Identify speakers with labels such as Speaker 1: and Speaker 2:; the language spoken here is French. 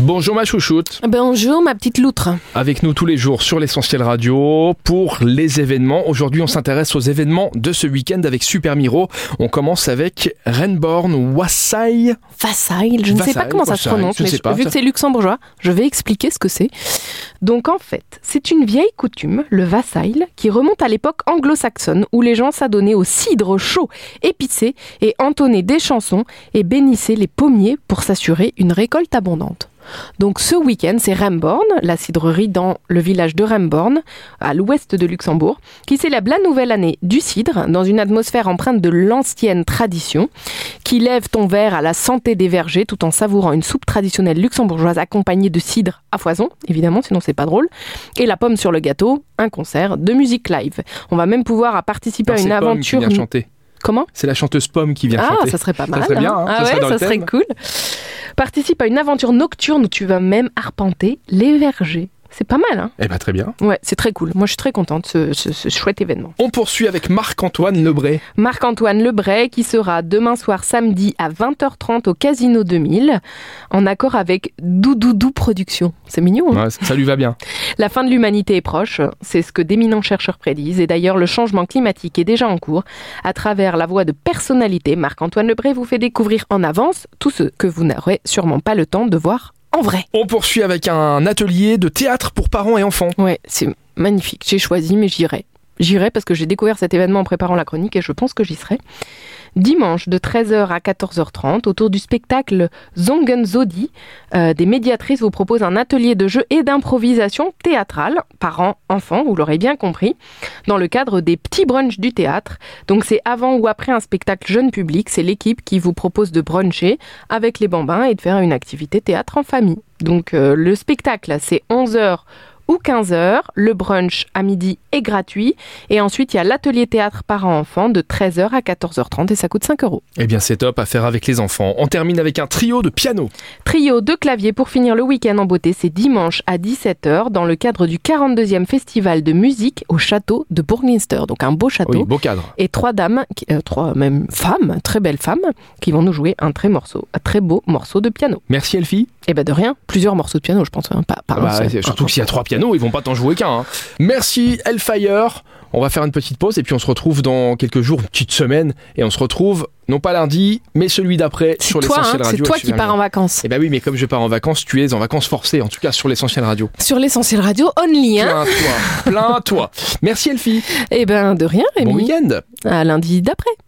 Speaker 1: Bonjour ma chouchoute,
Speaker 2: Bonjour Ben, ma petite loutre.
Speaker 1: avec nous tous les jours sur l'essentiel radio pour les événements. Aujourd'hui on s'intéresse aux événements de ce week-end avec Super Miro. On commence avec Renborn Wasai.
Speaker 2: Vassail, je ne sais pas
Speaker 1: Vassail,
Speaker 2: comment ça se
Speaker 1: Vassail,
Speaker 2: prononce,
Speaker 1: je
Speaker 2: mais
Speaker 1: sais
Speaker 2: je-
Speaker 1: pas,
Speaker 2: vu
Speaker 1: ça-
Speaker 2: que c'est luxembourgeois, je vais expliquer ce que c'est. Donc en fait, c'est une vieille coutume, le Vassail, qui remonte à l'époque anglo-saxonne où les gens s'adonnaient au cidre chaud, épicé, et entonnaient des chansons et bénissaient les pommiers pour s'assurer une récolte abondante. Donc ce week-end, c'est Remborn, la cidrerie dans le village de Remborn, à l'ouest de Luxembourg, qui célèbre la nouvelle année du cidre dans une atmosphère empreinte de l'ancienne tradition qui lève ton verre à la santé des vergers tout en savourant une soupe traditionnelle luxembourgeoise accompagnée de cidre à foison, évidemment, sinon c'est pas drôle, et la pomme sur le gâteau, un concert de musique live. On va même pouvoir à participer
Speaker 1: Non,
Speaker 2: à
Speaker 1: c'est
Speaker 2: Ben, une
Speaker 1: Pomme
Speaker 2: aventure.
Speaker 1: qui vient chanter.
Speaker 2: Comment
Speaker 1: C'est la chanteuse Pomme qui vient
Speaker 2: Ah,
Speaker 1: chanter.
Speaker 2: ça serait pas mal.
Speaker 1: serait bien, hein, ça
Speaker 2: Ah
Speaker 1: serait
Speaker 2: ouais,
Speaker 1: dans le
Speaker 2: ça serait
Speaker 1: thème.
Speaker 2: cool. Participe à une aventure nocturne où tu vas même arpenter les vergers. C'est pas mal, hein
Speaker 1: Eh ben très bien.
Speaker 2: Ouais, c'est très cool. Moi, je suis très contente, ce- ce- ce chouette événement.
Speaker 1: On poursuit avec Marc-Antoine Lebray.
Speaker 2: Marc-Antoine Lebray qui sera demain soir samedi à 20h30 au Casino 2000 en accord avec Doudoudou Productions. C'est mignon. hein
Speaker 1: Ouais, ça lui va bien.
Speaker 2: la fin de l'humanité est proche, c'est ce que d'éminents chercheurs prédisent et d'ailleurs le changement climatique est déjà en cours. À travers la voix de personnalité, Marc-Antoine Lebray vous fait découvrir en avance tout ce que vous n'aurez sûrement pas le temps de voir en vrai.
Speaker 1: On poursuit avec un atelier de théâtre pour parents et enfants.
Speaker 2: Ouais, c'est magnifique. J'ai choisi, mais j'irai. J'irai parce que j'ai découvert cet événement en préparant la chronique et je pense que j'y serai. Dimanche de 13h à 14h30, autour du spectacle Zongen Zodi, euh, des médiatrices vous proposent un atelier de jeu et d'improvisation théâtrale, parents, enfants, vous l'aurez bien compris, dans le cadre des petits brunchs du théâtre. Donc c'est avant ou après un spectacle jeune public, c'est l'équipe qui vous propose de bruncher avec les bambins et de faire une activité théâtre en famille. Donc euh, le spectacle, c'est 11h ou 15h. Le brunch à midi est gratuit. Et ensuite, il y a l'atelier théâtre parents-enfants de 13h à 14h30 et ça coûte 5 euros.
Speaker 1: Eh bien c'est top à faire avec les enfants. On termine avec un trio de piano.
Speaker 2: Trio de clavier pour finir le week-end en beauté, c'est dimanche à 17h dans le cadre du 42e festival de musique au château de Bourgminster. Donc un beau château.
Speaker 1: Oui, beau cadre.
Speaker 2: Et trois dames, qui- euh, trois même femmes, très belles femmes, qui vont nous jouer un très, morceau, un très beau morceau de piano.
Speaker 1: Merci Elfie.
Speaker 2: Et ben de rien, plusieurs morceaux de piano, je pense, hein, pas, pas
Speaker 1: Ah
Speaker 2: un
Speaker 1: bah,
Speaker 2: seul.
Speaker 1: c'est- surtout que s'il y a trois pianos, ils vont pas t'en jouer qu'un. hein. Merci Hellfire. On va faire une petite pause et puis on se retrouve dans quelques jours, une petite semaine, et on se retrouve non pas lundi, mais celui d'après
Speaker 2: C'est
Speaker 1: sur
Speaker 2: toi, hein,
Speaker 1: l'essentiel
Speaker 2: c'est
Speaker 1: radio.
Speaker 2: toi qui pars en vacances.
Speaker 1: Eh bah oui, mais comme je pars en vacances, tu es en vacances forcées, en tout cas sur l'essentiel radio.
Speaker 2: Sur l'essentiel radio, only,
Speaker 1: Plein
Speaker 2: hein.
Speaker 1: toi, plein toi. Merci Elfie.
Speaker 2: Eh ben de rien,
Speaker 1: Bon
Speaker 2: Rémi.
Speaker 1: week-end.
Speaker 2: à lundi d'après.